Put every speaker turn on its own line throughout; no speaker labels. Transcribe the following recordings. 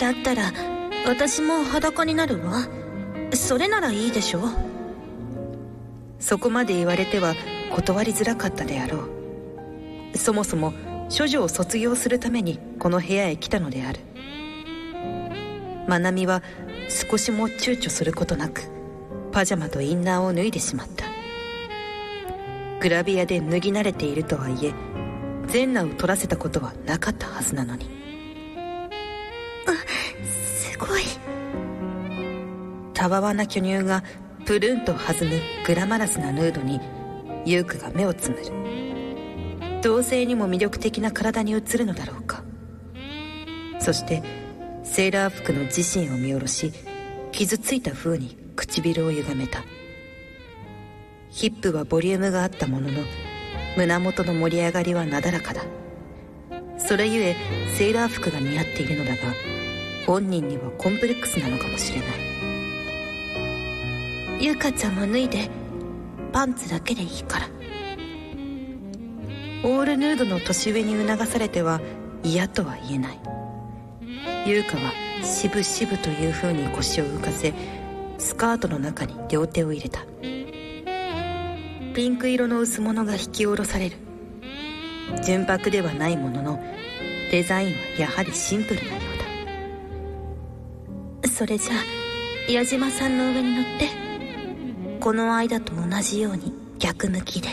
だったら私も裸になるわそれならいいでしょ
そこまで言われては断りづらかったであろうそもそも処女を卒業するためにこの部屋へ来たのであるまなみは少しも躊躇することなくパジャマとインナーを脱いでしまったグラビアで脱ぎ慣れているとはいえ全裸を取らせたことはなかったはずなのに
あすごい
たわわな巨乳がプルンと弾むグラマラスなヌードにユークが目をつむる同性にも魅力的な体に映るのだろうかそしてセーラー服の自身を見下ろし傷ついた風に唇を歪めたヒップはボリュームがあったものの胸元の盛り上がりはなだらかだそれゆえセーラー服が似合っているのだが本人にはコンプレックスなのかもしれない
優香ちゃんも脱いでパンツだけでいいから
オールヌードの年上に促されては嫌とは言えない優香はしぶしぶという風に腰を浮かせスカートの中に両手を入れたピンク色の薄物が引き下ろされる純白ではないもののデザインはやはりシンプルなよ
うだそれじゃあ矢島さんの上に乗ってこの間と同じように逆向きで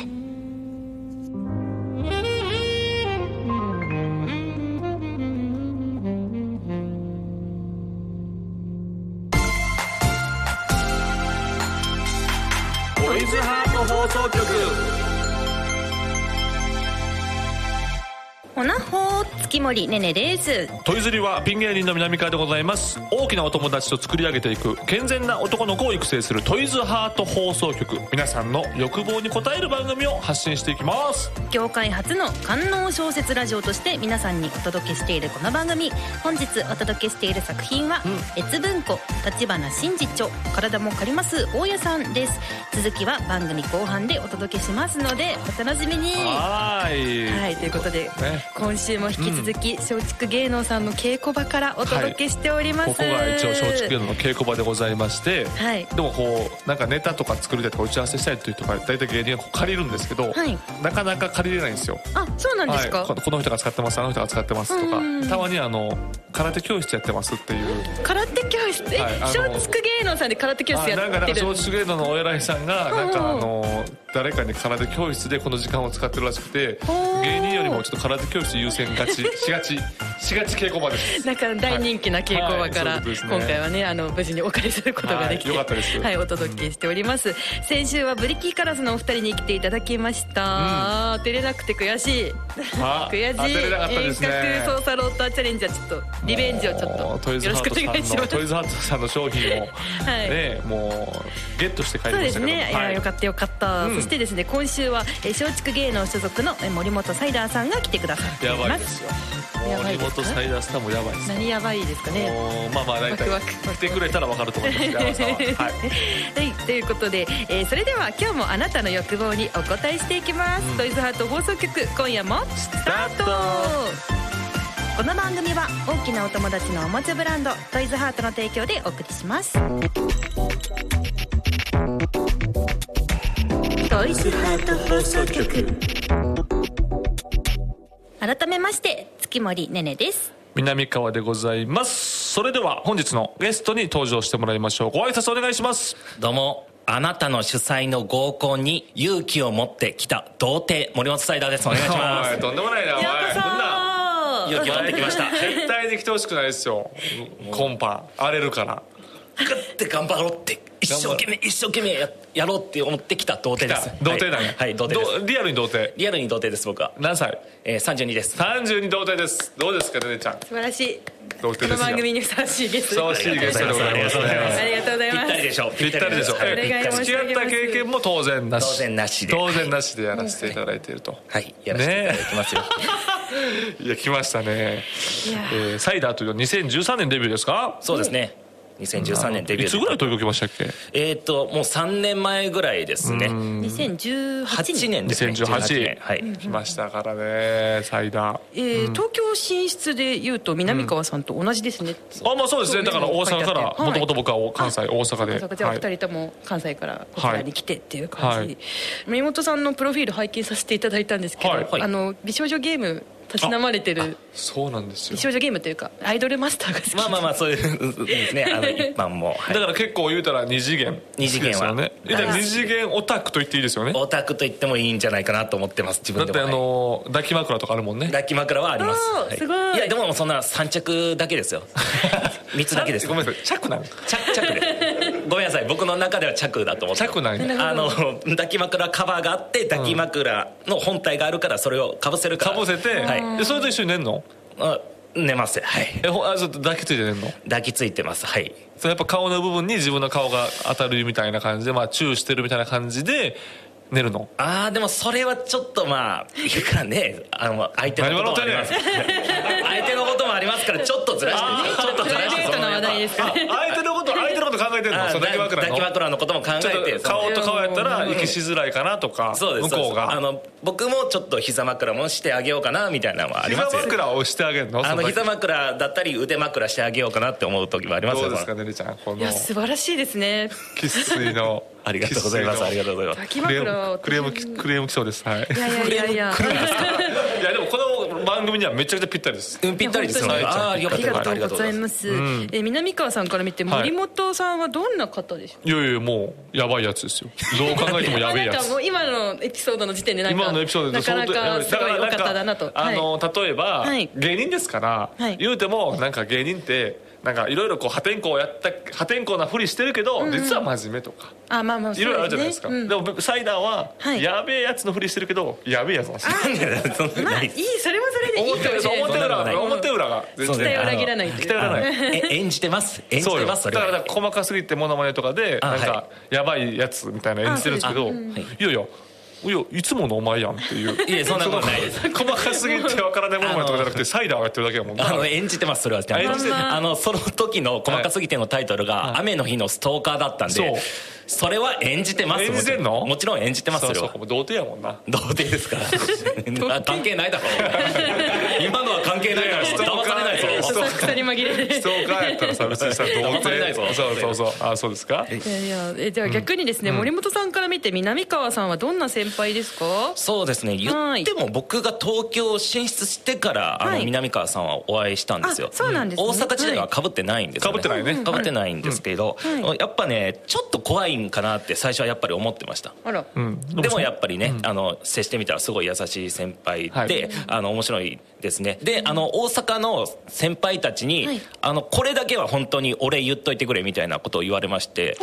トイズハート放送局
ほなほー月森ねねです
トイズリはピン芸人の南川でございます大きなお友達と作り上げていく健全な男の子を育成するトイズハート放送局皆さんの欲望に応える番組を発信していきます
業界初の官能小説ラジオとして皆さんにお届けしているこの番組本日お届けしている作品は「越、うん、文庫立花真治著体も借ります大家さん」です続きは番組後半でお届けしますのでお楽しみに
はい
はいということで、ね、今週も引き続き松竹芸能さんの稽古場からお届けしております、はい、
ここが一応松竹芸能の稽古場でございまして、
はい、
でもこうなんかネタとか作りたいとか打ち合わせしたいというとか大体芸人は借りるんですけど、はい、なかなか借りれないんですよ、
あそうなんですか、はい
この人が使ってますあの人が使ってますとかたまにあの空手教室やってますっていう
空手教室え、はい、松竹芸能さんで空手教室やってる
なんか松竹芸能のお偉いさんがなんかあの誰かに空手教室でこの時間を使ってるらしくて芸人よりもちょっと空手教室優先がちしが ちしがち稽古場です
だから大人気な稽古場から、はいはいね、今回はねあの無事にお借りすることができて、
はい、よかったです
はいお届けしております、うん、先週はブリキーカラスのお二人に来ていただきました、うん、照れなくて悔しい悔しい
遠
隔操作ローターチャレンジはちょっとリベンジをちょっとよろしくお願いします
トイズハートさんの商 品を、はい、ねもうゲットして帰りまし
そうです
た
ね、はい、いやよかったよかった、うん、そしてですね今週は松竹芸能所属の森本サイダーさんが来てくださっています
やばいですよ森本サイダーさんもやばいです
何やばいですかね
まあまあ大体来てくれたら分かると思います 山さんは、はい、
はい、ということで、えー、それでは今日もあなたの欲望にお答えしていきます、うん、トイズハート放送局今夜もスタートこの番組は大きなお友達のおもちゃブランドトイズハートの提供でお送りします
トイズハート放送局
改めまして月森ねねです
南川でございますそれでは本日のゲストに登場してもらいましょうご挨拶お願いします
どうもあなたの主催の合コンに勇気を持ってきた童貞森本サイダーですお願いします
とんでもないなお
前
勇気を持ってきました
絶対に来てほしくないですよコンパ荒れるから
グッて頑張ろうって一生懸命一生懸命ややろうって思ってきた童貞です
童貞だ
ねはい、童貞です
リアルに童貞
リアルに童貞です僕は
何歳、
えー、32です
32童貞ですどうですかねねちゃん
素晴らしい
童貞です
この番組にふさわしいゲスト
ふさわしいゲストでございます
ありがとうございます
ぴったりでしょ
ぴったりでしょ付き合った経験も当然なし
当然なしで
当然なしでやらせていただいていると
はい、やらせていただきますよ、
いや来ましたね、えー、サイダーという2013年デビューですか
そうですね2013年デビュ
い
ー
つぐらい東京来ましたっけ
えっ、ともう3年前ぐらいですね
2018
8
年
年ですね
2018
18年はい、
来ましたからね祭壇
えー東京進出でいうと南川さんと同じですねって、
あまあそうですねだから大阪から
はい
もともと僕はお関西大阪で
そうかじゃあ
はい
2人とも関西からこちらに来てっていう感じ、
は
森本さんのプロフィール拝見させていただいたんですけど、
はい
はい
あの美少女ゲームたしなまれてる
そうなんです
美
よ
少女ゲームというかアイドルマスターが好き
まあまあまあそういう ですねあの一般も、はい
だから結構言うたら二次元
二次元
で
は
すよね言うたら二次元オタクと言っていいですよね
オタクと言ってもいいんじゃないかなと思ってます自
だっ
分でも
てあの抱き枕とかあるもんね
抱き枕はあります
おー
は
すごい
やでもそんな三着だけです よ三つだけです
ごめんなさいチャクなん
着着でごめんなさい僕の中では着だと思って
チャクなんや
あの抱き枕カバーがあって抱き枕の本体があるからそれをかぶせるか
かぶせて
はい
でそれと一緒に寝んの
あ寝ますはい
えほあちょっと抱きついて寝んの
抱きついてますはい
それやっぱ顔の部分に自分の顔が当たるみたいな感じでまあチューしてるみたいな感じで寝るの
ああでもそれはちょっとまあ言うからねあの相手のこともあります相手のこともありますからちょっとずらしてちょっとずらして
プライベートな話題です
あ相手の こと相手のこと考えてるの
あ
そ
ー
の抱き枕の
抱き枕のことも考
ちょっ
えて
と顔と顔やったら息しづらいかなとか
そうで
向
す
こう
そうですあ
が
の僕もちょっと膝枕もしてあげようかなみたいなのはあり
膝
ますよ
枕を押してあげるの
あ
そ
の
の時
膝枕だったり腕枕してあげようかなって思う時もあります
ど
よ
うですかねりちゃんこ
い
の
や素晴らしいですね
生粋 の
ありがとうございますありがとうございます
抱き
生粋
枕
の
を
クレームクレームクレーム来そうですはい
いやいやいやいや
いやでもこの番組にはめちゃくちゃぴったりです
うんぴったりですよね
いや本当に
あー
あ
よかっ
り
たよか
が
った
と
あ
う
りが
ご
とうござ
ざ
い
いま
ます
す、えー南川さんから見て
はい
森本さんはどんな方でしょう
いやいやもうやばいやつですよどう考えてもやべえや
なんかも
つ
う今のエピソードの時点でなんか
今のエピソードで
なかなかすごい良かっただなと
だからんかあの例えば
はい
芸人ですから
はい
言うてもなんか芸人ってなんかいろいろこう破天荒やった破天荒なふりしてるけど実は真面目とか
あまあまあ
いろいろあるじゃないですか
そう
で
ねうん
もサイダーは
はい
やべえやつのふりしてるけどやべえやつなんですよ
そん
ま
なな
あい
い
いそれもそれでいい
表
かもしれない
思っ
で
て
す
る
裏
そんなことない
が表裏が全
そう
然
ね
期待を裏切らないとい
期
う
待
か
裏ない
え演じてます演じ
そう
て
よ
ま
だか
すそれは
ら細かすぎてモノマネとかで
あ
なん
は
かやばいやつみたいな演じてるんですけどい
そうで
や
す
いやいやいつものお前やんっていう
いやそんなことないです
細かすぎてわからないものまでとかじゃなくてサイダーをやってるだけやもんな
あの演じてますそれは
演じてる
あのその時の細かすぎてのタイトルが「雨の日のストーカー」だったん
そう
でそれは演じてます
演じてんの
もちろん演じてます
そう
それ
そう
は
もう童貞やもん な
童貞ですからあ関係ないだろ今のは関係ないだろ
ストーカー
騙されないぞ
スト
どさくさに紛れて
ストーカーやったらさ別にさ童
騙されないぞ
貞 そうそうそうあそうですか
いやいやえじゃあ逆にですね、森本さんから見て南川さんはどんな先輩ですか
そうですね言
はい
っても僕が東京進出してからあ
は
の
い
南川さんはお会いしたんですよ
あそうなんですね
大阪時代は被ってないんですよ
はい被ってないね
被ってないんですけど
うんは
やっぱねちょっと怖いんかなって最初はやっぱり思ってました
あら、
うん
でもやっぱりね、あの接してみたらすごい優しい先輩で、
はい
あの面白いですねであの大阪の先輩たちに、
はい
あのこれだけは本当にお礼言っといてくれみたいなことを言われまして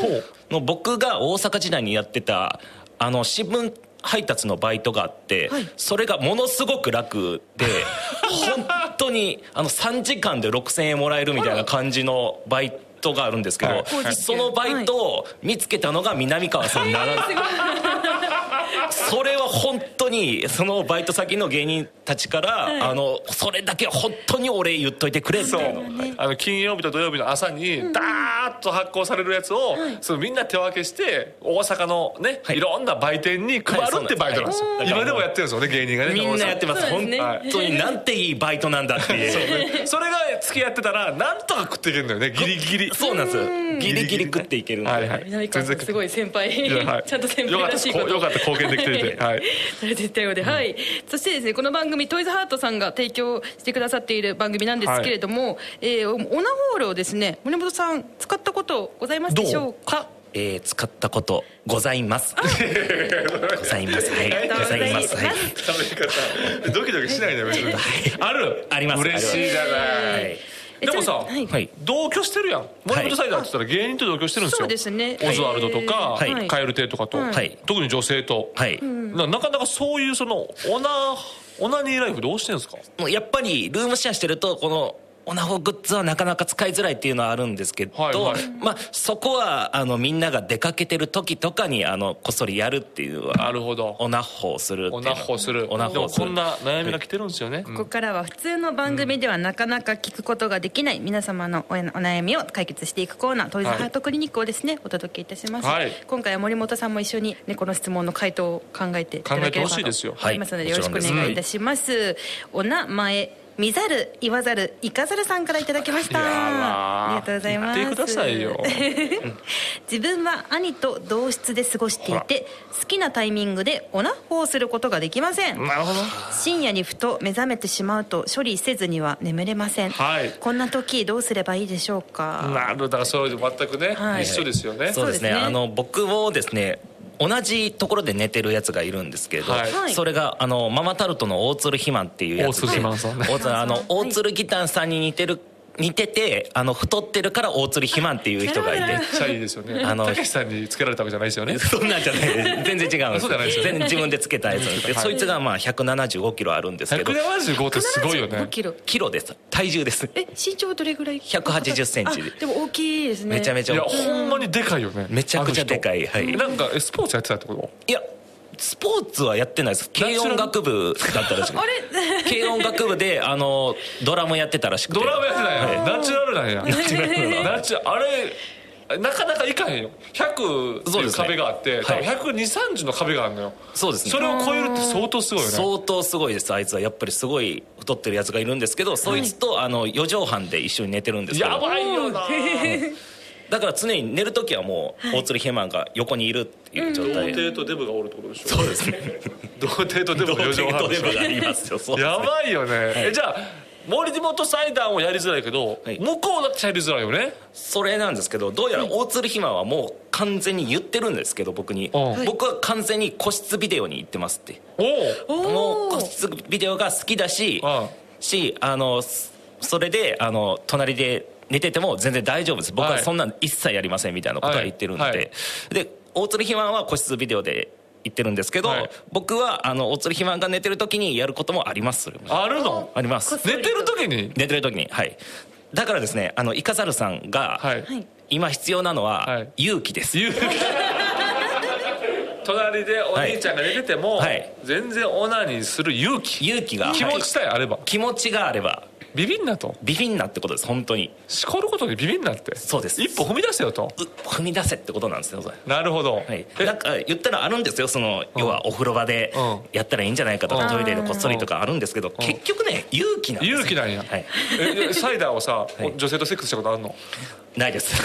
の僕が大阪時代にやってたあの新聞配達のバイトがあって、
はい
それがものすごく楽で本当にあの3時間で6,000円もらえるみたいな感じのバイトがあるんですけど、
はい
はい
そのバイトを見つけたのが南川さんなら、それは本当にそのバイト先の芸人たちから、あのそれだけは本当にお礼言っといてくれって
そう
いうの
あの金曜日と土曜日の朝にダーッと発行されるやつをそのみんな手分けして大阪のね
はい
いろんな売店に配るってバイトなんですよ
はいそうなんです
今でもやってるんですよね芸人がね
みんなやってます
そうです
本
ね
当になんていいバイトなんだっていう
それが付き合ってたらなんとか食っていけるのよねギリギリ
そうなんですよギリギリ食っていけるんで、
はいはい
南川さんすごい先輩
いやはい
ちゃんと先輩らしいこと
よかったですこうよかった貢献できていてはい
それ絶対で、はいそしてですねこの番組トイズハートさんが提供してくださっている番組なんですけれども、えー、オナホールをですね森本さん使ったことございますでしょうか
えー使ったことございます。ございます。はい。ございます。はい。
食べ方ドキドキしないで別にある
あります
嬉しいじゃな
はい
いでもさ、
えちなみに
はい
同居してるやん森本サイダーって言ったら芸人と同居してるんですよ
そうですね
オズワルドとか、
はい
はいカエル亭とかと、
はい
特に女性と、
はい
ななかなかそういうそのオナオナニーライフどうしてるんですか
もうやっぱりルームシェアしてるとこの。オナホグッズはなかなか使いづらいっていうのはあるんですけど、
はいはい
まあ、そこはあのみんなが出かけてる時とかにあのこっそりやるっていうのは
なるほど
オナホをするってい
お
うの
なほする
オナ
で
ホ
も
をす
こ
る
んな悩みが来てるんですよね、うん
ここからは普通の番組ではなかなか聞くことができない皆様のお悩みを解決していくコーナートイズハートクリニックをですねお届けいたします、
はい
今回は森本さんも一緒にねこの質問の回答を考えていただければ
考えてほしいです
と
よ
思いますので
はい
よろしくお
もちろん
願
です
いいたします、お名前見ざる言わざる行かざるさんからいただきました
いやー
ありがとうございます
言ってくださ いよ
自分は兄と同室で過ごしていて好きなタイミングでオナホをすることができません
なるほど
深夜にふと目覚めてしまうと処理せずには眠れません、
はい
こんな時どうすればいいでしょうか
なるほどだからそれと全くね、
はい
一緒ですよね、
そう
そう
ですね
ですね
あの僕もですね同じところで寝てるやつがいるんですけれど、
はい
はい
それがあのママタルトの大鶴肥満っていうやつで
大鶴肥満さんね
大鶴あ
は
の
い
大鶴ギタンさんに似てる似ててあの太ってるから大鶴肥満っていう人がい
なる
て
ほ。
めっちゃいいですよね
あの
たけしさんにつけられたわけじゃないですよね
そんなんじゃない全然違うんです
そうじゃないですよね
全然自分でつけたやつなんですで
はい
そいつがまあ175キロあるんですけど
175ってすごいよ
5
ね
キロ
キロです体重です
え身長どれぐらい
180センチで
あでも大きいですね
めちゃめち
い
ゃ
や
大きい
ほんまにでかいよね
めちゃくちゃでかい
あの人
はい
なんかえスポーツやってたってこと
いやスポーツはやってないです軽音楽部だったらしくて軽音楽部であのドラムやってたらしくて
ドラムやってたんや、ナチュラルなんやナ
チュラルな
ナチュラルあれなかなかいかへんよ100って
そ
い
うで
う
すね
壁があって、
はい
多分12030の壁があるのよ
そうですね
それを超えるって相当すごいよね
相当すごいですあいつはやっぱりすごい太ってるやつがいるんですけどそいつとあの4畳半で一緒に寝てるんですけど
やばいよな
だから常に寝る時はもう大鶴ヘマンが横にいるっていう状
童
態
貞とデブがおるってことでしょ
そうですね
童貞とデブ
童
が4畳
貞
半
と
で
デ
し
ブ
ょ
がいますよそうですね
やばいよね、えじゃあ森本祭壇をやりづらいけど、
はい
向こうだってやりづらいよね
それなんですけどどうやら大鶴ひまはもう完全に言ってるんですけど僕に
うん
僕は完全に個室ビデオに行ってますって
おお
もう個室ビデオが好きだし
うん
しあのそそれであの隣で寝てても全然大丈夫です僕
は
はいそんなん一切やりませんみたいなことは言ってるんで、
はいはい
で大鶴ひまは個室ビデオで行ってるんですけど、
はい
僕はあの大鶴ひまが寝てる時にやることもありますそれも
あるの
あります
寝てる時に
寝てる時にはいだからですねあのイカザルさんが、
はい
今必要なのは、
はい
勇気です
言う隣でお兄ちゃんが寝てても、
はい
全然オナニーする勇気
勇気が
気持ち
は
さえあれば
い気持ちがあれば
ビビんなと
ビビンなってことです本当に
しこることにビビんなって
そうです
一歩踏み出せよと
う踏み出せってことなんですよそれ
なるほど、
はい、
え
なんか言ったらあるんですよその要はお風呂場で
うん
やったらいいんじゃないかとかトイレでこっそりとかあるんですけど結局ね勇気なんですよ
勇気なんや
はい、
えサイダーをさ、
い
女性とセックスしたことあるの
な いです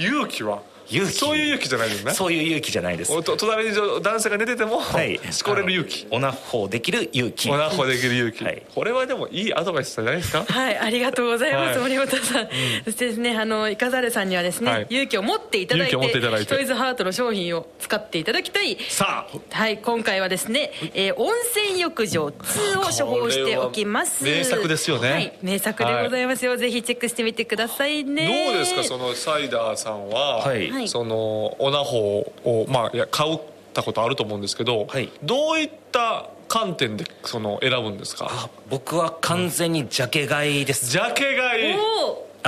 勇気は
勇気
そういう勇気じゃないのね
そういう勇気じゃないです
おと隣に女男性が寝てても、
はい
しこれる勇気
あのオナホできる勇気
おなこできる勇気、
はい
これはでもいいアドバイスじゃないですか
はいありがとうございます、
はい
森本さん、そしてですねあのイカザルさんにはですね、
はい
勇気を持っていただいて
勇気を持っていただいて
トイズハートの商品を使っていただきたい
さあ
はい今回はですね、えー温泉浴場2を処方しておきます
これは名作ですよね
はい、名作でございますよ、ぜひチェックしてみてください
ど
ね
うですかそのサイダーさんは、
はい
はい
そのオナホを、まあ、いや買ったことあると思うんですけど、
はい
どういった観点でその選ぶんですか
あ僕は完全にジャケ買いです
ジャケ買い
おー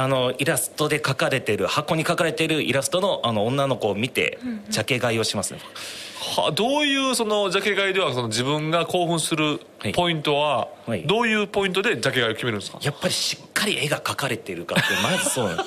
あのイラストで描かれてる箱に描かれてるイラストのあの女の子を見て、ジャケ買いをしますね
はどういうそのジャケ買いではその自分が興奮する
はい
ポイントは、
はい
どういうポイントでジャケ買いを決めるんですか
やっぱりしっかり絵が描かれてるかってまずそうなの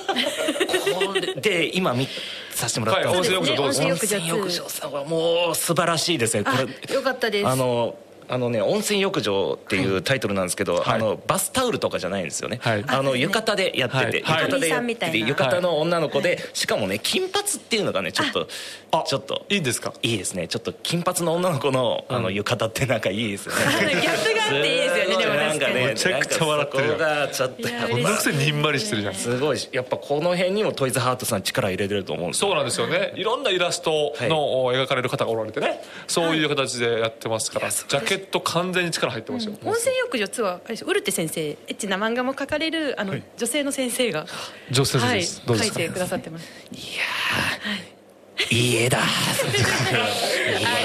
これで今見させてもらったんですけど
は
浴
い温泉
場どうですか
温泉浴場さんはもう素晴らしいですねこ
あ
れ
よかったです
あのあのね温泉浴場っていうタイトルなんですけど、
はい
あのバスタオルとかじゃないんですよね。
はい
あの浴衣でやってて、
はい
浴衣でや
はいお兄さ
っ
んみた
てて
いな
浴衣の女の子で、しかもね金髪っていうのがねちょっと
あ
ちょっと
いいんですか
いいですねちょっと金髪の女の子のあの浴衣ってなんかいいですよね。
ギャップがあっていいですよねでも確かに
めちゃくちゃ笑ってる
なんかそこがちょっとや
いや
っぱ
こん
嬉
な
しい
くせににんまりしてるじゃん
すごいしやっぱこの辺にもトイズハートさん力入れてると思うんですよ
そうなんですよねいろんなイラストのお描かれる方がおられてねそういう形でやってますから、ジャケット完全に力入ってますよ、
温泉浴場ツアーあれですウルテ先生エッチな漫画も描かれるあの、女性の先生が
女性
はい
です、どう
描い
ですか
てくださってます
いい絵だ
あ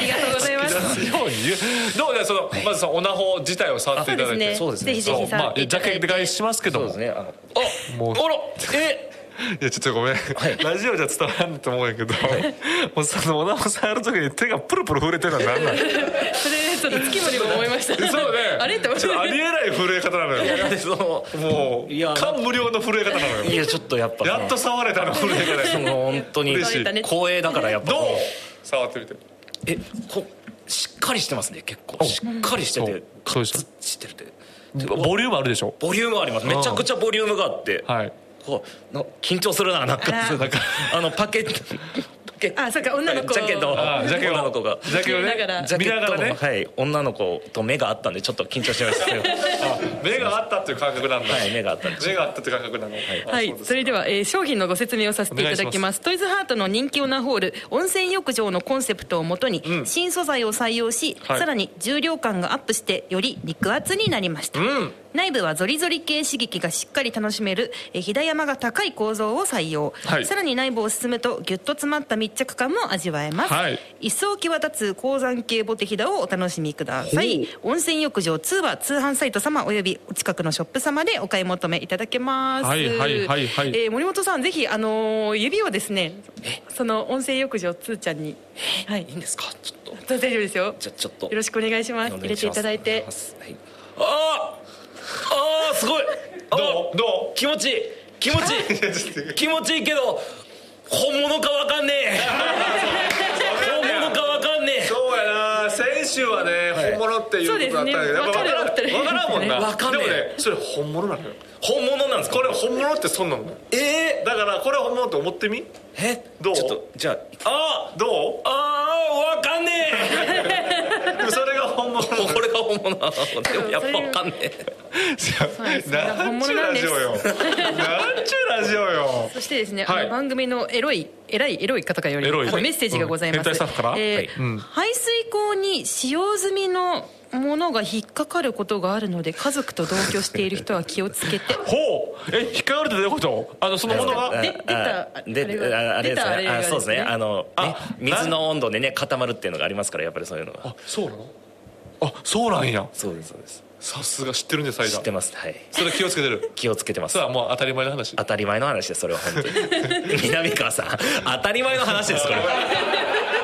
りがとうございます
ようどうじゃあそのまずそのオナホ自体を触っていただいて
そうですねぜひぜひ触
ま
っ
あ
てい
ジ
た
ャ
だ
ケ
いて
で返しますけど
そ
も
うですねあの
あもう
あらえ
いやちょっとごめん、ラジオじゃ伝わらんと思うんやけど、もうそのおなも触る時に手がプルプル震えてるのはなんなんそ
それちょっと月森も思いました
うね
あれって思って
ちょっとありえない震え方なのよ
だってその
も
いや
う感無量の震え方なの
い
よ
やちょっとやっぱね、
やっと触れたの震え方
そ
です
の本当に
嬉しい
光栄だからやっぱ
どう触ってみて
えこしっかりしてますね結構しっかりしてて
そうそうで
カ
しょ
ツッしてるて
ボリュームあるでしょ
ボリュームありますめちゃくちゃボリュームがあって、
はい
こうの緊張するななんかそうなんかあのパケットパケット
あそうか女の子
ジャケット
あジャケ
女の子が
ジャケをね
見ながら
ジャ
見
ケ
な
ッ
が
ト
ら
の
ね
はい女の子と目があったんでちょっと緊張しましたけどは
目があったっていう感覚なんだ
い目があったんで
目があったっていう感覚なのは
はい、それでは、えー商品のご説明をさせていただ
お願い
き
し
ま
ます
トイズハートの人気オナホール温泉浴場のコンセプトをもとに、
うん
新素材を採用し、
はい
さらに重量感がアップしてより肉厚になりました、
ん
内部はゾリゾリ系刺激がしっかり楽しめるえーひだ山が高い構造を採用、
はい
さらに内部を進むとギュッと詰まった密着感も味わえます、
はい
一層際立つ鉱山系ボテヒダをお楽しみください温泉浴場2は通販サイト様およびお近くのショップ様でお買い求めいただけます
はいはいはいはい
えー森本さんぜひあのー指をですねその温泉浴場つーちゃんにはい
いいんですかちょっと
大丈夫ですよよ
じゃあちょっと
ろしくお願いします
お
入
願
れ
して
い
ます
ただいて
はいあーあーすごいあー
どう ど
気持ちいい気持ちいい気持ちいいけど本物かわかん ねえ本物かわかんね
うそうやな先週はね本物っていうことだったんだけどやっぱ
そうですね
分からん分からんもんな
わかんね
で
え
もねそれ本物なのよ
え本物なんですか
これ本物ってそんなの
え
だからこれ本物って思ってみ
ー、え
どう
ちょっとじゃああー
ど う
あーわかんね
でもそれが本物
えこれが本物なの でもやっぱわかんねえ
なんちゅうラジオよなんちゅうラジオよ
そしてですね、
はい
あの番組のエロい偉いエロい方からより
エロい
あのメッセージがございます、
うん変態スタッフから
えー
はいうん
排水口に使用済みのものが引っかかることがあるので家族と同居している人は気をつけ て
ほうえ引っかかるってどういうことあのそのものが
で出た
あで
あれが
ああれ
出
ですね
たあれが
あそうですね
ですね
あのね
あ
水の温度でね固まるっていうのがありますからやっぱりそういうのが
あそうなのあそうなんや
そうですそうです
さすが知ってるんですサイ
知
ダ
って
ー
ますはい
それ気をつけてる
気をつけてます
それはもう当たり前の話
当たり前の話ですそれは本当に 南川さん当たり前の話ですこれ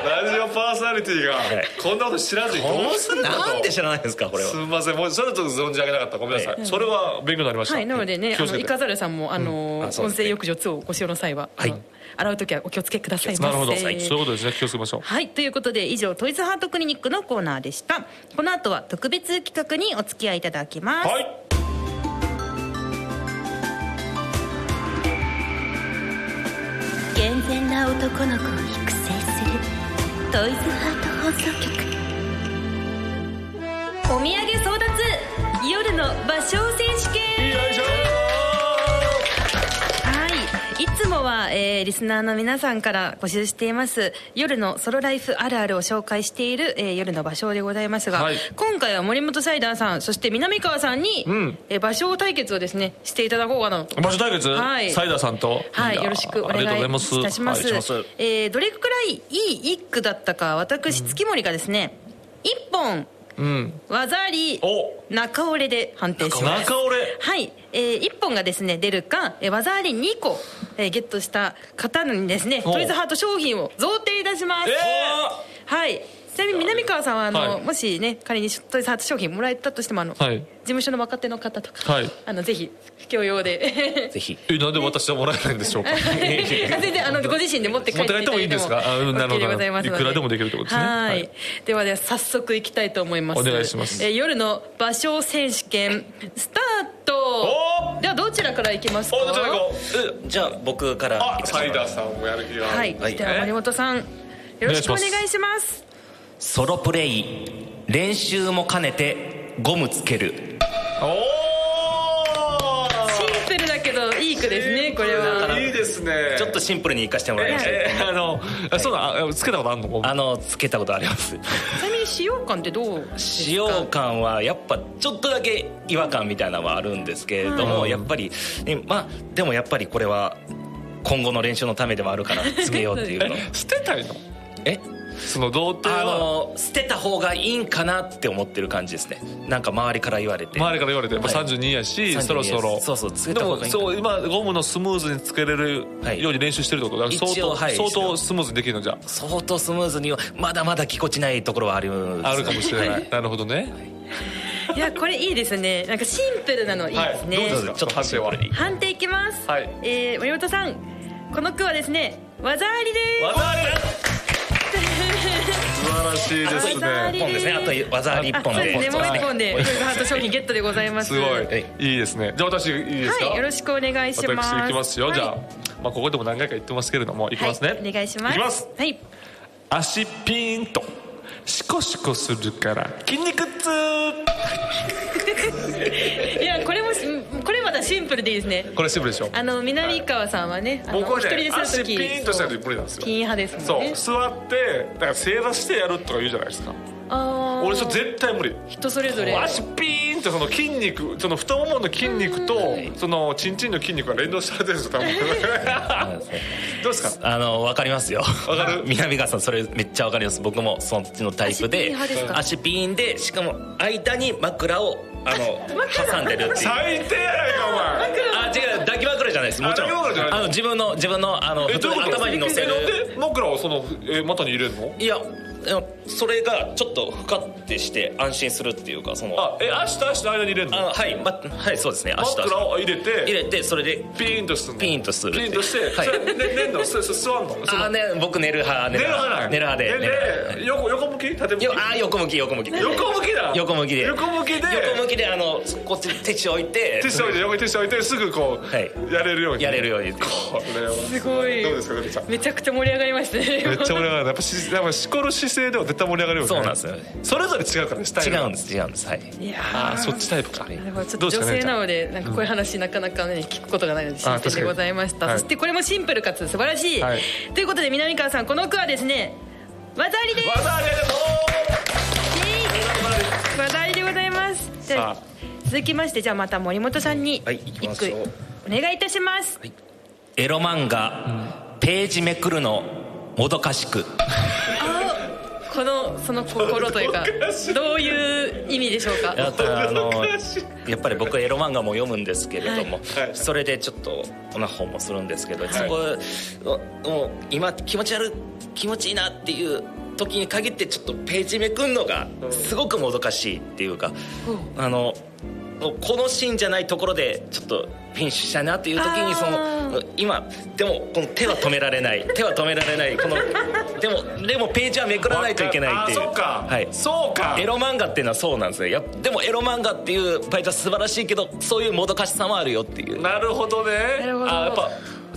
ラジオパーソナリティが
い
こんなこと知らずにどうするんだと
なんで知らないんですかこれは
すみませんもうそれはちょっと存じ上げなかったごめんなさい、それは勉強になりました
はいなのでね
気
あ
をつ
の
け
イ
て
カザルさんもあの、
あそう
温
ですね
泉浴場2をご使用の際は、
はい
あの洗う時はお気をつけくださいませ
なるほど、そういうことですね気をつけましょう
はいということで以上トイズハートクリニックのコーナーでしたこの後は特別企画にお付き合いいただきます、
はい
健全な男の子を育成するトイズハート放送局
お土産争奪夜の場所選手権
よいしょ
はい、いつもは、えーリスナーの皆さんから募集しています夜のソロライフあるあるを紹介している、えー夜の場所でございますが、
はい
今回は森本サイダーさんそして南川さんに、
ん
えー場所対決をですねしていただこうかなと。
ー場所対決、
はい
サイダーさんと
はい、
やー
よろしくお
あ
願
り
い
がとうございます
いたします。
はい
えーどれくらいいい一句だったか、私月森がですね、一本
うん
技あり
お
中折れで判定します。
中俺
はい、えー、1本がですね出るか、えー技あり2個、えーゲットした方にですね
お
トイズハート商品を贈呈いたします、
え
はいちなみに南川さんはあの、
はい
もしね仮にトイズハート商品もらえたとしてもあの、
はい
事務所の若手の方とか、
はい
あのぜひ教養で
ぜ ひ
えなんで私はもらえないんでしょ うか
全然あ のご自身で持って帰っていただいても
持って帰ってもいいんですかあなるほど
OK でございますの
いくらでもできるってことですね
はい
はい
ではでは早速いきたいと思います
お願いします
えー夜の場所選手権スタート
お
ではどちらからいきますか
おじゃあ行こう
じゃあ僕から
あ
行かせても
サ
らい
イ
ます
ダーさんもやる気がある
はい、
はい
では森本さんよろしくお願いします
ソロプレイ練習も兼ねてゴムつける
おー
シンプルだけどいい句ですねこれ
だか
は
らいいですね
ちょっとシンプルに生かしてもらいました
えーあのあそうだあつけたことあんの
あのつけたことあります
ちなみに使用感ってどう
使用感はやっぱちょっとだけ違和感みたいなのはあるんですけれども、やっぱり、ねまあで もやっぱりこれは今後の練習のためでもあるからつけようっていうの
捨てたいの
え
その童
あ
貞は
の捨てた方がいいんかなって思ってる感じですねなんか周りから言われて
周りから言われてやっぱ
はい
32やし、
32
そろそろ
そうそうつけ
で
た方
も
がいい
そう今ゴムのスムーズにつけれる
はい
ように練習してるってことだから相
一
当、
応はい
相当スムーズにできるのじゃ
相当スムーズにはまだまだぎこちないところはあるんです
あるかもしれない、なるほどね、
いやこれいいですねなんかシンプルなのいいですね、
はいどうです
ち
か
ょっと
判定は
判定いきます、
はい
えー、森本さんこの句はですね技 ありです
技あり
素晴らしいです
技あり
ね
一本ですねあと技あり一本
そう
で
ですねもう一本で
は
ロイ
い
ズハート商品ゲットでございます
すごい
はい
いいですねじゃあ私いいですか、
はいよろしくお願いします
私行きますよ、じゃあ
は、
まあ、ここでも何回か言ってますけれども行き
い
ますね、
はいお願いします
行きます
はい
足ピーンとシコシコするから筋肉痛
いやこれもしうんこれまたシンプルでいいですね
これシンプルでしょ
あの南川さんはね、あの
僕は
お一人で
ね
す
足
る
ピ
時
ーンとしたのに無理なんですよ
ピン派ですもん
そう
ね
座ってだから正座してやるとか言うじゃないですか
あー
俺それ絶対無理
人それぞれ
足ピーンってその筋肉その太ももの筋肉とそのチンチンの筋肉が連動されてるんですよ多 分どうですか
あの分かりますよ
わかる
南川さんそれめっちゃ分かります僕もそっちのタイプ
足ピ
で
ン派ですか
足ピーンでしかも間に枕をあの挟んでるっていう
最低やないかお前
あ違う抱き枕じゃないですもちろ
あ抱き枕じゃない
んあの自分の自分のあの
えどういうこと
頭に乗せる
えなんで枕をそのえ股に入れるの
いやいやそれがちょっと深ってして安心するっていうかそのあ
あえ足と足の間に入れるの
はい、ま、はいそうですね足と足
枕を入れて
入れてそれで
ピーンとするの
ピーンとする
ピーンとして、
はい
それね寝んのそそ座んのそ
あ
の
ーね僕寝る派
寝る派
寝る派で
でで横横向き縦向き
よあー横向き横向き
横向きだ
横向きで
横向きで
横向きであのこっち手地置いて
手して置いて横に手して置いてすぐこう、
はい
やれるように
やれるように
これは
すごい
どうですかめちゃん
めちゃくちゃ盛り上がりましたね
めっちゃ盛り上がるやっぱしやっぱしこる姿勢では絶対盛り上がるよね
そうなんですよね
それぞれ違うからねスタイ
違
ルが
うんです違うんですはい
いや
あ
ー
あそっちタイプか
なるほどちょっ
ど
と
うです
女
か
性
ね
なのでなんかこういう話なかなかね聞くことがないので新
確か
鮮
に
でございました
はい
そしてこれもシンプルかつ素晴らしい、
はい
ということで南川さんこの句はですね技ありです
技ありがと
技ありでございますじゃあ
さ
続きましてじゃあまた森本さんに
はい行きましょう
一句お願いいたします
エロ漫画ページめくるのもどかしく
このその心というかどういう意味でしょうか
やっぱあの やっぱり僕エロ漫画も読むんですけれども、
はい
それでちょっとオナホもするんですけど、そこをを今気持ち悪い気持ちいいなっていう時に限ってちょっとページめくんのがすごくもどかしいっていうか、あのこのシーンじゃないところでちょっとフィニッシュしたなっていう時にその今でもこの手は止められない手は止められないこのでもでもページはめくらないといけないっていう
あーそうか、
はい、
そうか
エロ漫画っていうのはそうなんですねやっでもエロ漫画っていうバイトは素晴らしいけどそういうもどかしさもあるよっていう
なるほどね
るほど
あやっぱ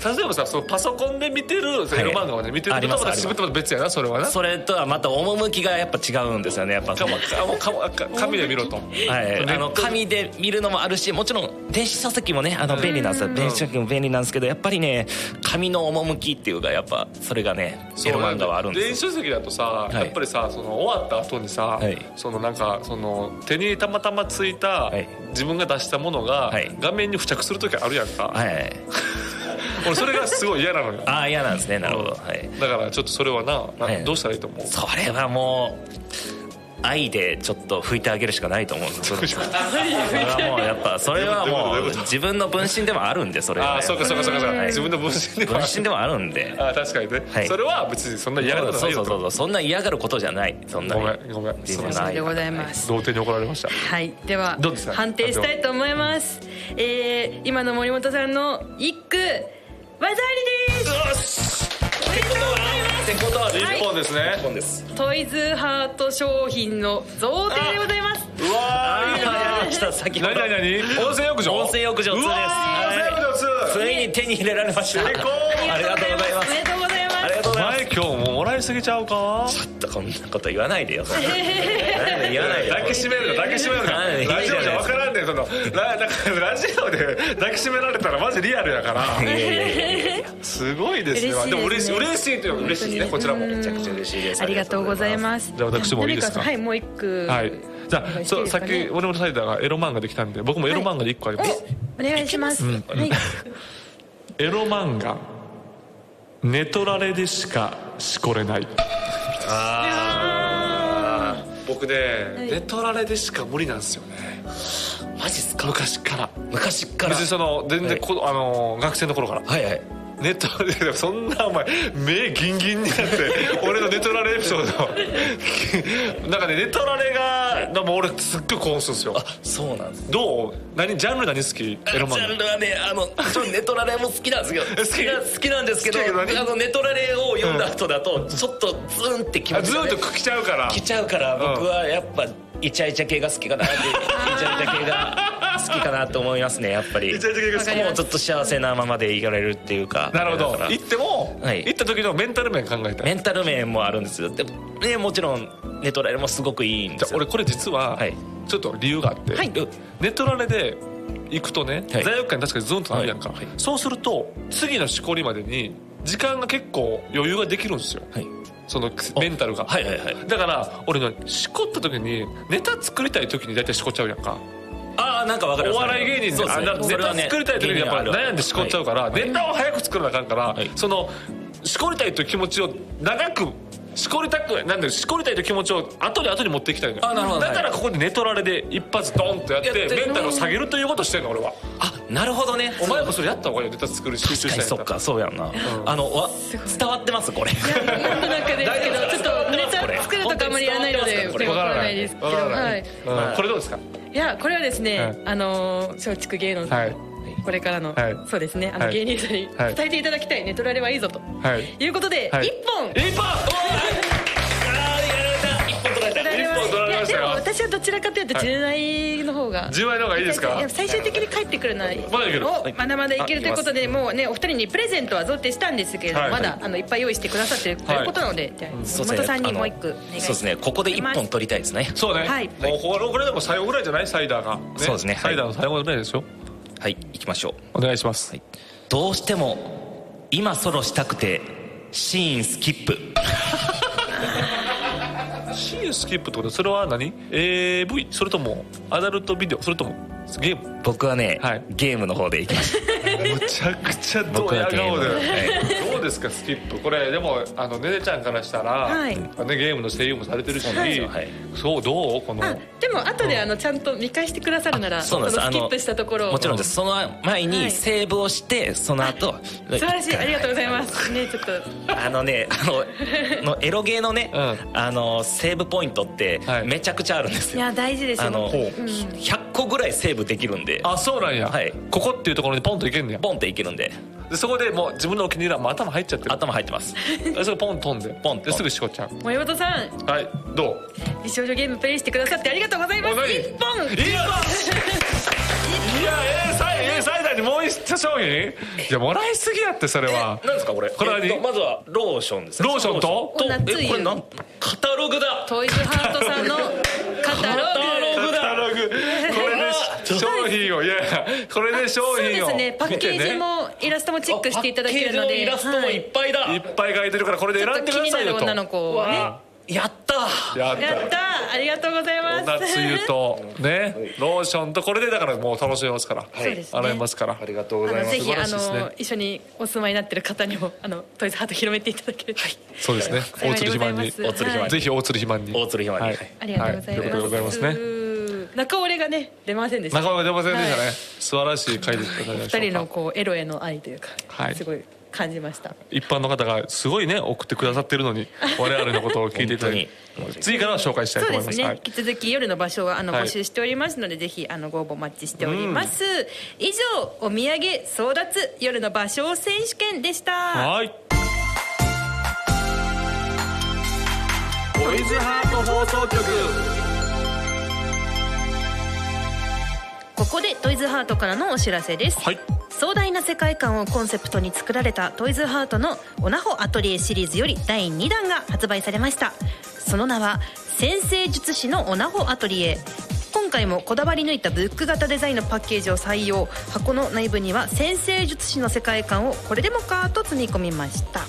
例えばさそのパソコンで見てるそのエロ漫画をね見てる
あり
のと
ます
また渋ってまた別やなそれはな
それとはまた趣がやっぱ違うんですよねやっぱ
かもかもかもか紙で見ろと
はい、
ネ
あ
ット
の紙で見るのもあるしもちろん電子書籍もねあの便利なんですよ電子書籍も便利なんですけどやっぱりね紙の趣っていうかやっぱそれがねエロ漫画はあるんです
電子書籍だとさ、
い
やっぱりさその終わった後にさ、
はい
そのなんかその手にたまたまついた、
はい
自分が出したものが、
はい
画面に付着する時あるやんか、
はい
俺それがすごい嫌なの よ
ああ嫌なんですねなるほどはい
だからちょっとそれはな、な
はい
どうしたらいいと思う
それはもう愛でちょっと拭いてあげるしかないと思うんですよそれはもうやっぱそれ
どう
は
いうこと
も
どういう
う
こと
自分の分身でもあるんでそれは
ああそうかそうかそうかそうか
はい
自分の分身で
分
は
身でもあるんで
あー確かにね、
はい
それは別にそんな嫌なこと
そ
な
う
い
そ
よ
うそ
と
うそうそんな嫌がることじゃないそんな
ご
に
めんごめんすいません
そんな
でございます
童貞に怒られました
はいでは
どうですか
判定したいと思いますえー、今の森本さんの一句技ありです
よしってことはってことは
一本ですね、
一本です
トイズハート商品の贈呈でございます
うわ
あ
ー
ー今やりました先ほ
何
ど
何何温泉浴場
温泉浴場2です
うわー温泉浴場2
ついに手に入れられました
成功
ありがとうございます
おめでとうございます
ありがとうございます
前今日ももらいすぎちゃうか
こんなこと言わないで よそんななんで言わないでよ
抱きしめるの抱きしめるの
はい
ラジオじゃ分からんねんそのラだからラジオで 抱きしめられたらマジリアルやから
いやいやいやいや
すごいですね
嬉しいですね
でも嬉しい嬉しいというのも嬉しいですねこちらも
めちゃくちゃ嬉しいです
ありがとうございます。
じゃあ私もいいですか
はい、もう一句。
はいじゃあそうさっ
お願いし
き俺もサイダーがエロ漫画できたんで僕もエロ漫画で1個あります、
お願いします。はい。
エロ漫画寝取られでしかしこれないあー僕ね寝取られでしか無理なんですよね
マジっすか
昔から
昔から
別にその全然こ、あの学生の頃から
はいはい
寝取られでもそんなお前目ギンギンになっ て俺の寝取られエピソード なんかね寝取られがでも俺すっごい興奮するんですよ
あそうなんです
どう何ジャンル何好きエロ漫
ジャン
画
ルはねあのちょっとネトラレも好きなんですけど好きな好きなんですけど
好きだけど何
あのネトラレを読んだ後だとちょっとズーンって気持
あ
ち
ず
が、
ーっ
ね、
と来ちゃうから
来ちゃうから
ん
僕はやっぱイチャイチャ系が好きかなってイチャイチャ系が好きかなと思いますねやっぱり
イチャイチャ系が好き
もうちょっと幸せなままでいられるっていうか
なるほ
だ
ど
から
行っても、
はい
行った時のメンタル面考えた
メ
ら
ンタル面もあるんですよでも,、ね、もちろんネトラレもすごくいいん
じ
で
ゃ
す
あ
よ
俺これ実は
はい
ちょっと理由があって、
はい
ネトラレで行くとね、
はい
罪悪感確かにズンとなるやんか、
はいはい
そうすると次のしこりまでに時間が結構余裕ができるんですよ
はい
そのメンタルが
はいはいはい
だから俺のしこった時にネタ作りたい時に大体しこっちゃうやんか
ああなんかわかる
お笑い芸人で
そうです
あ
ね
だからネタ作りたい時にやっぱ悩んでしこっちゃうから、
はい
ネタを早く作らなあかんから、
はい
そのしこりたいという気持ちを長くしこりたくなんでしこりたいという気持ちを後で後に持っていきたいのよ
あなるほど
だからここで寝取られで一発ドンとやって
やって
メンタルを下げるということをしてんの俺は
あなるほどね
お前もそれやった方がいいよネタ作る集中し
確か
た
に
い
そっかそうやんな、
ん
あのわ伝わってますこれ
なんとなくですけど、ちょっとネタ作るとかあんまりやらないので、
本当
わ
わ
に伝
か
からら
な
ないいですけど、
わからな、
はいい。
うんこれどうですか
いや、これはです
は
ね
い、
あのー、松竹芸能
は
さ
い
ん、これからの
はい、
そうですね、あ
は
の
い
芸人さんに
はい
伝えていただきたい、ネトラレはいいぞと。
はい
いうことで、
はい
一本
一本一本取られ
いや
ました
でも
よ
私はどちらかというと、
はい
純愛の方が。
10倍の方がいいですか
や最終的に帰ってくるのは
まだいける
おまだまだいけるということでもうねお二人にプレゼントは贈呈したんですけれども、
はい
まだあのいっぱい用意してくださってるということなので、じゃあ
そ
松
うですね
本さんにもう一句
あ
お
の
願いしま
そうですすねここで一本取りたいですね
そうね、
はい
もうこれこれでも最後ぐらいじゃないサイダーが、ね
そうですねはい
サイダーの最後ぐらいですよ
はい行きましょう
お願いします、
どうしても今ソロしたくてシーンスキップ
シーンスキップってことそれは何 AV それともアダルトビデオそれともゲーム
僕はね、
はい
ゲームの方で行きまし
むちゃくちゃ
た僕はゲームの方で、はい
どうですかスキップこれでもあのねねちゃんからしたら、
はい
ね、ゲームの声優もされてるし、
そうなんですよはい
そうどうこの
あでも後であのちゃんと見返してくださるなら
そうなんです
そのスキ
あ
ッ
の
プしたところを
もちろんですその前
は
に
い
セーブをしてその後
素晴らしいありがとうござい
す
ますねちょっと
あのねあ ののエロゲーのね、
う
あのセーブポイントって
はい
めちゃくちゃあるんです
い
よ、
や大事ですよ
あの
本
100個ぐらいセーブできるんで
あそうなんや、
はい
ここっていうところにポンといけんねや
ポンっていけるんで
でそこでもう自分のお気に入りはもう頭入っちゃってる
頭入っ てます
でそれポン飛んで
ポンと
ですぐしこちゃん
当森本さん
はいどう
美少女ゲームプレイしてくださってありがとうございます
お何
一本
いやいや A サイ A サイダーにもう一商品いやもらいすぎやってそれは
なんですかこれ
これは何
えっとまずはローションですね
ローションと
ローション
夏
え
湯
これなんカタログだ
トイズハートさんのカタログ
カタログこれでし商品をいやいやこれで商
そうで
品を
すねパッケ
見
ージ
てね
もイラストもチェックしていただけるので
パッケージのイラストもいっぱいだ、
いっぱい書いてるからこれで
は
選ん
い
で
ちょ
く
っと気
だ
にな
さ
いる
よと
女の子をね
わあやったー
やっ
やったーありがとうございます
た夏湯とねローションとこれでだからもう楽しめますから
そうですね
洗えますから
りがとう
あ
ご
のぜひ
素晴ら
あ
しいですね
の一緒にお住まいになってる方にもあのトイズハート広めていただけると
そうですね大
幸い
鶴
でご
肥
ざい
満
ま
に
す
大鶴肥満
はい
ぜひ大鶴肥満に
大鶴肥満にはい
ありがとうございます
はということでございますね
中折れがね出ませんでした
中岡出ませんでしたね、
はい
素晴らしい回でしたね
二人のこうエロへの愛というか、
はい
すごい感じました
一般の方がすごいね送ってくださってるのに我々のことを聞いていただいて
本当に
次からは紹介したい
そ
と
う
思
で
いますす
ね、
はい
引き続き夜の場所はあの
はい
募集しておりますので、ぜひあのご応募お待ちしております、以上お土産争奪夜の場所選手権でした
はいボイズハート放送局
ここでトイズハートからのお知らせです
はい
壮大な世界観をコンセプトに作られたトイズハートのオナホアトリエシリーズより第2弾が発売されましたその名は先生術師のオナホアトリエ今回もこだわり抜いたブック型デザインのパッケージを採用箱の内部には先生術師の世界観をこれでもかと積み込みました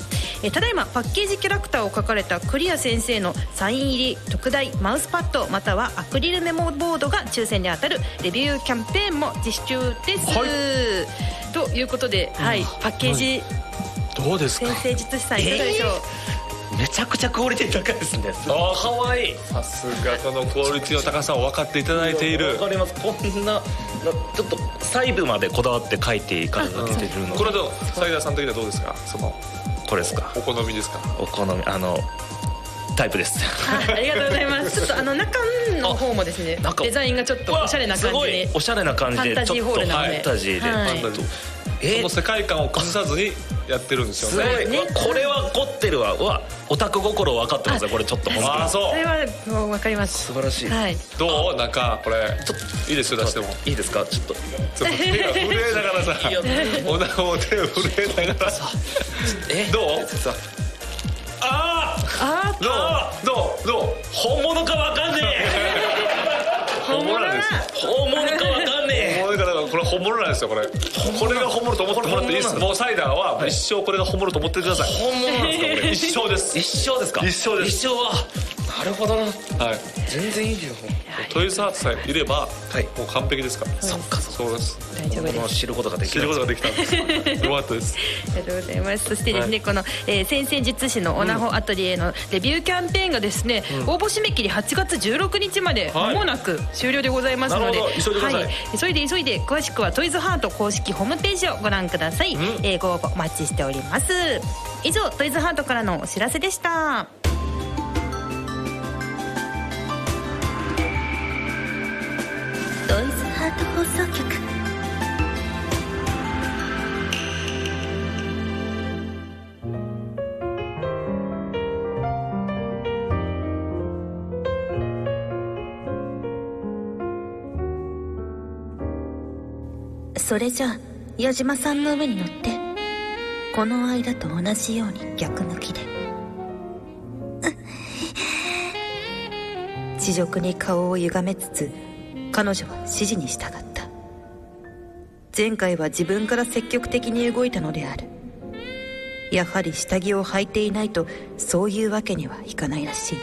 えーただいまパッケージキャラクターを描かれたクリア先生のサイン入り特大マウスパッドまたはアクリルメモボードが抽選で当たるレビューキャンペーンも実施中です、ということで、はい、パッケージ
どうですか
先生術師さんいかがでしょう、
めちゃくちゃクオリティ高いですねすごい
あー
かわいい
さすがそのクオリティの高さを分かっていただいている
わかりますこんななちょっと細部までこだわって書いていかれてるの
これとサイダーさん的にはどうですかその
これですか
お好みですか
お好みあのタイプです
あありがとうござい ますちょっとあの中の方もですね
あ中
デザインがちょっとおしゃれな感
すご
じ
い
で
おしゃれな感じで
ファンタジーホール
ちょっと
なの
フ
で
ァンタジーで、
はい
ファンタジー
え
その世界観を崩さずにやってるんです
す
よ
ご
ね
い、うわこれは凝ってるわうわオタク心分かってますよこれちょっと本
ああ
当
そ
そ
に
れ
う
はもう分かります
素晴らしい
はい
どう中これちょっといいですよ出しても
いいですかちょっと
ちょっと手が震えながらさ
いいよ
おなお手を震えながらさ
え
どう
さ
あ
あ
あどうどうどう
本物か分かんね
本物なんですよ
え本物か分かんねえ
もうだからこれ本物なんですよこれこれが本物と思ってもらっていいです
これ本物なんですか
もうサイダーは一生これが本物と思ってください
本物なんですかこれ
一生です
一生ですか
一生です
一生はなるほどな
はい
全然いいよ
トイズハートさえいれば
はい
もう完璧ですからそっかそうです
大丈夫です
もう知ることができ
知る
る
ことができたんですよかったです
ありがとうございますそしてですね、この、えー、先々術師のオナホアトリエのデビューキャンペーンがですね、応募締め切り8月16日まで
は
ま
い
もなく終了でございますので、
な
は
るほど急いでください
急いで急いで詳しくはトイズハート公式ホームページをご覧ください、えーご応募お待ちしております以上トイズハートからのお知らせでした
ドイツハート放送局それじゃあ矢島さんの上に乗ってこの間と同じように逆向きで
地獄に顔を歪めつつ彼女は指示に従った前回は自分から積極的に動いたのであるやはり下着を履いていないとそういうわけにはいかないらしい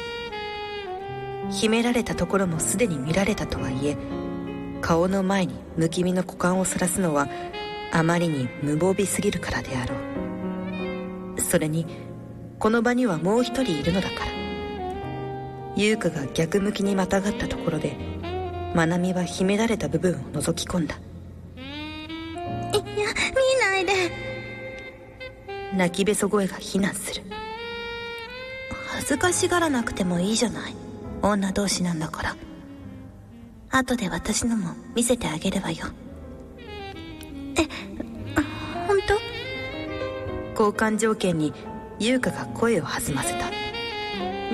秘められたところもすでに見られたとはいえ顔の前にむきみの股間をさらすのはあまりに無防備すぎるからであろうそれにこの場にはもう一人いるのだから優香が逆向きにまたがったところで愛美は秘められた部分を覗き込んだ
いや見ないで
泣きべそ声が非難する
恥ずかしがらなくてもいいじゃない女同士なんだから後で私のも見せてあげるわよえあ本当
交換条件に優香が声を弾ませた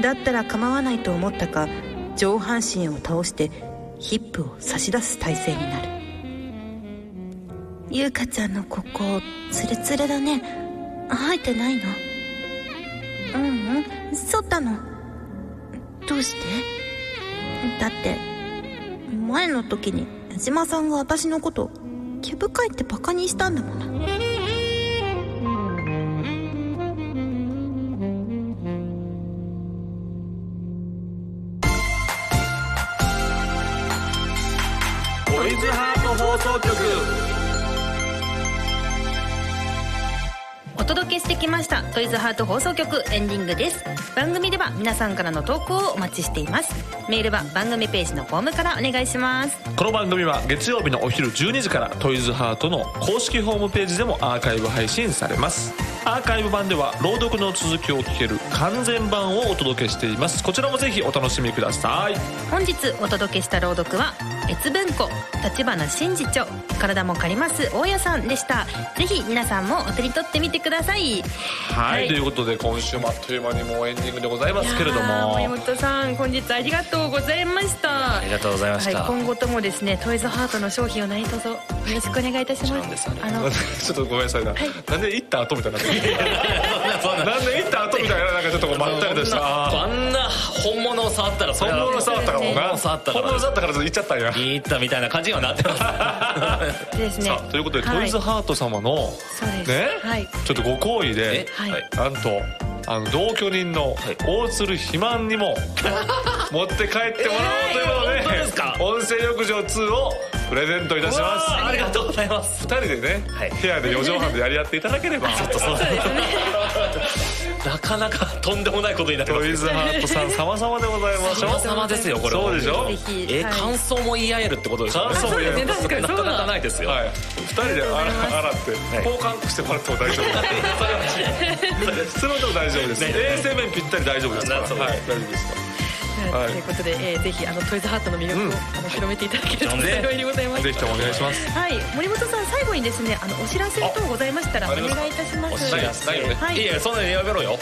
だったら構わないと思ったか上半身を倒してヒップを差し出す体勢になる
ゆうかちゃんのここツルツルだね生えてないのううん剃ったのどうしてだって前の時に矢島さんが私のこと毛深いってバカにしたんだもの
トイズハート放送局
お届けしてきましたトイズハート放送局エンディングです番組では皆さんからの投稿をお待ちしていますメールは番組ページのフォームからお願いします
この番組は月曜日のお昼12時からトイズハートの公式ホームページでもアーカイブ配信されますアーカイブ版では朗読の続きを聞ける完全版をお届けしていますこちらもぜひお楽しみください
本日お届けした朗読は越文庫立花真嗣著体も借ります大家さんでしたぜひ皆さんもお手に取ってみてください
はい、
はい
ということで今週もあっという間にもうエンディングでございますけれど
あー
も
森本さん本日ありがとうございました
ありがとうございま
は
し
い、
た、
今後ともですねトイズハートの商品を何卒よろしくお願いいたし
そう
ま
なんですすよね
あの
ちょっとごめんなさいな、なんで行った後みたいになってる
そんな
なんで行った後みたいななんかちょっとこうまったりとした
あんな本物を触ったらそれ
本
は
物触ったかも
本
な
物触ったか
本
ら
物触ったからちょっと行っちゃったんや
いいったみたいな感じにはなってます
でですね
さあということで、
は
トイズハート様の
そうです
ね、
はい
ちょっとご好意で
えはい
なんとあの同居人の
い
大鶴肥満にも持って帰ってもらおうという
えー
こと
本当
で,、
ですか
温泉浴場2をプレゼントいたします
わーありがとうございます
2人でね、
はい
部屋で4畳半でやり合っていただければちょっとそう
そうですねなかなかとんでもないことになります
ト
け
イ
ど
ズハートさん様々でございましょう
様々ですよこれは
そうでしょ
ぜひ
え
はい
感想も言い合えるってことですよね
感想も言い合える
あそうですね確かになかなかないですよ、
はい2人で洗洗って
はい
交換してもらっても大丈夫 ですそれはでも大丈夫です
ね
衛生面ぴったり大丈夫ですから
な
はい
るほど
大丈夫ですか
ということで、えーぜひあのトイズハートの魅力を、
うん
あの広めていただけると
はい
幸いでございます。
ぜひともお願いします
はい、森本さん最後にですねあのお知らせ等ございましたら
あ
お
あり
願
ますか
いいたしま
お
す。
知らせ、
はいい、
やいやそんなのやめろ よ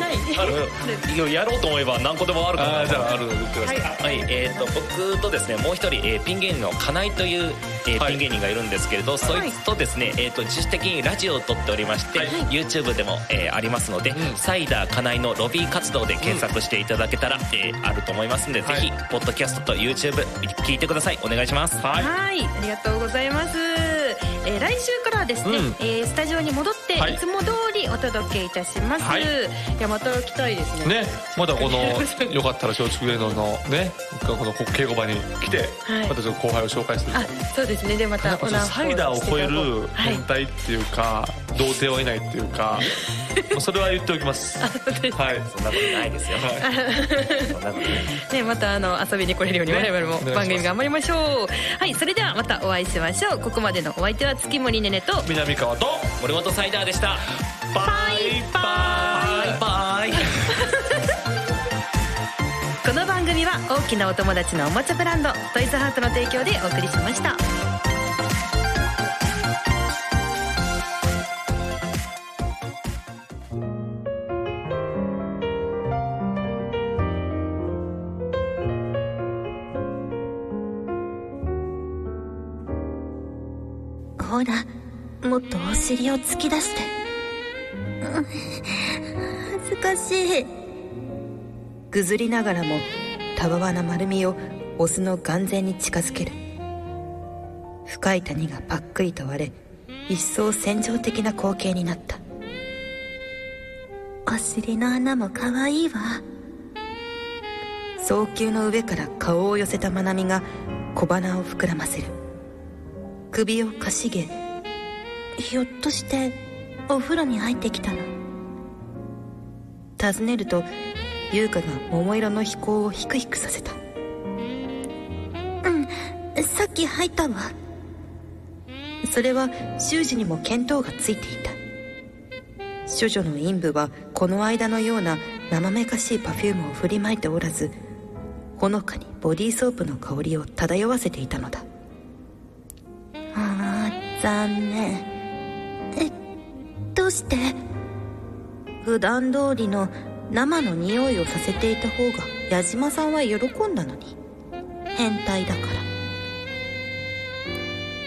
ない。
あのいややろうと思えば何個でもあるから
あーじゃああるの言ってください
はい、えー、と僕とですねもう一人、えーピン芸人の金井という、えー
はい
ピン芸人がいるんですけれど、そいつとですね、えー、と自主的にラジオを撮っておりまして、YouTube でも、えーありますので、サイダー金井のロビー活動で検索していただけたら、えーあると思いますんで、ぜひポッドキャストと YouTube 聞いてくださいお願いしますはい
はい、ありがとうございます。えー来週からはですね、
うん
えースタジオに戻って、
はい
い、つも通りお届けいたします。
はい
い、やまた来たいですね。
ねまだこのよかったら松竹芸能のねこの稽古場に来て
はい
またちょっと後輩を紹介して
あ、そうですね。でま
な
た
んかそのサイダーを超える
はい
変。態っていうか童貞はいないっていうかもうそれは言っておきます はい
そんなことないですよ、そんなことない
ねまたあの遊びに来れるように我々も
ねお願いします
番組頑張りましょう。はい、それではまたお会いしましょう。ここまでのお相手は月森ねねと。
南川と
森本サイダーでした
バイバイ
バイ
この番組は大きなお友達のおもちゃブランドトイズハートの提供でお送りしました。
ほらもっとお尻を突き出 してうん恥ずかしい
ぐずりながらもたわわな丸みをオスの眼前に近づける深い谷がパックリと割れ一層戦場的な光景になった
お尻の穴も可愛いわ
早急の上から顔を寄せたまなみが小鼻を膨らませる首をかしげ
ひょっとしてお風呂に入ってきたの
尋ねると優香が桃色の飛行をヒクヒクさせた
さっき入ったわ
それは修士にも見当がついていた処女の陰部はこの間のような生めかしいパフュームを振りまいておらずほのかにボディーソープの香りを漂わせていたのだ
ああ残念えどうして
普段通りの生の匂いをさせていた方が矢島さんは喜んだのに変態だから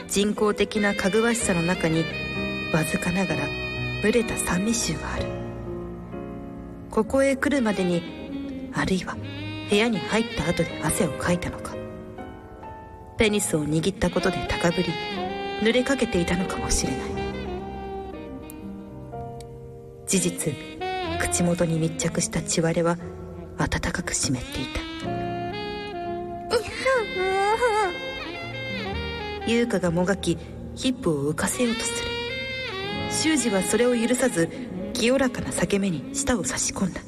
人工的なかぐわしさの中にわずかながら蒸れた酸味臭があるここへ来るまでにあるいは部屋に入った後で汗をかいたのかペニスを握ったことで高ぶり濡れかけていたのかもしれない事実口元に密着した血割れは暖かく湿っていた優香がもがきヒップを浮かせようとする修二はそれを許さず清らかな裂け目に舌を差し込んだ